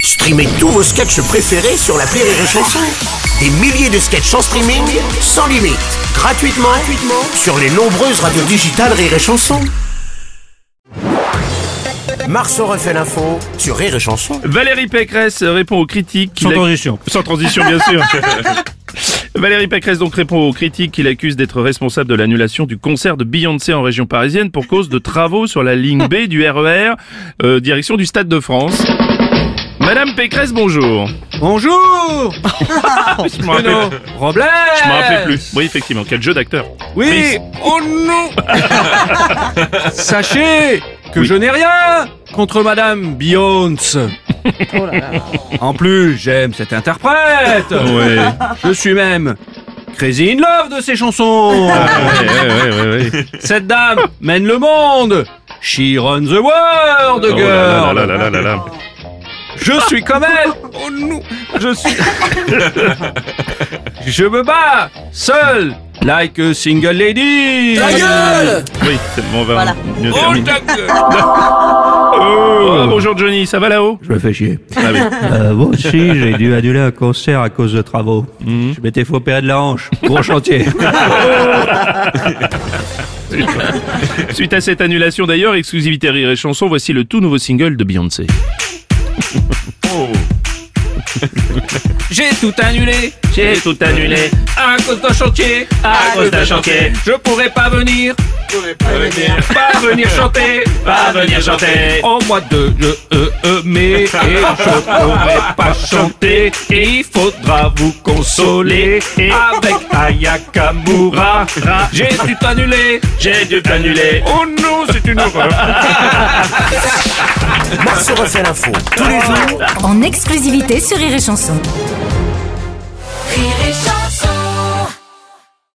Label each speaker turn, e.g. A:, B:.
A: Streamez tous vos sketchs préférés sur la Rire et Chanson. Des milliers de sketchs en streaming, sans limite, gratuitement, gratuitement sur les nombreuses radios digitales Rire et Chanson. Marceau refait l'info sur Rire et Chanson.
B: Valérie Pécresse répond aux critiques. qu'il
C: Sans
B: acc-
C: transition.
B: Sans transition, bien sûr. Valérie Pécresse donc répond aux critiques qu'il accuse d'être responsable de l'annulation du concert de Beyoncé en région parisienne pour cause de travaux sur la ligne B du RER, euh, direction du Stade de France. Madame Pécresse, bonjour.
C: Bonjour
B: Je m'en rappelle,
C: Robles
B: je m'en rappelais plus. Euh. Oui, effectivement, quel jeu d'acteur.
C: Oui Oh non Sachez que
B: Oui.
C: je n'ai rien contre Madame Beyoncé. En plus, j'aime cette interprète
B: Ouais. ouais,
C: Je suis même crazy in love de ses chansons
B: Ah. ouais, ouais, ouais, ouais.
C: Cette dame mène le monde She runs the world,
B: Oh
C: girl
B: là là là là là là là.
C: Je suis comme elle Oh non Je suis... Je me bats Seul Like a single
B: Oui,
C: lady
B: c'est bon, on va
D: Voilà.
B: mieux
C: Oh,
B: terminer.
C: ta gueule
B: Oh, bonjour Johnny, ça va là-haut
E: Je me fais chier.
B: Ah oui.
E: Euh, moi aussi, j'ai dû annuler un concert à cause de travaux.
C: Mhm.
E: Je m'étais fait opérer de la hanche. Gros chantier.
B: Suite à cette annulation d'ailleurs, exclusivité Rire et Chanson, voici le tout nouveau single de Beyoncé.
C: J'ai tout annulé
B: J'ai tout annulé
C: à cause d'un chantier
B: à cause d'un chantier.
C: Je pourrais pas venir Pas venir chanter
B: Pas venir chanter.
C: Au mois de je, euh, euh, mai Et je pourrais pas chanter Et il faudra vous consoler Avec Ayakamura J'ai tout annulé
B: J'ai dû t'annuler.
C: Oh non, c'est une horreur
A: Marceau refait l'info tous les jours
D: en exclusivité sur Rire et Chanson. Rire et Chanson.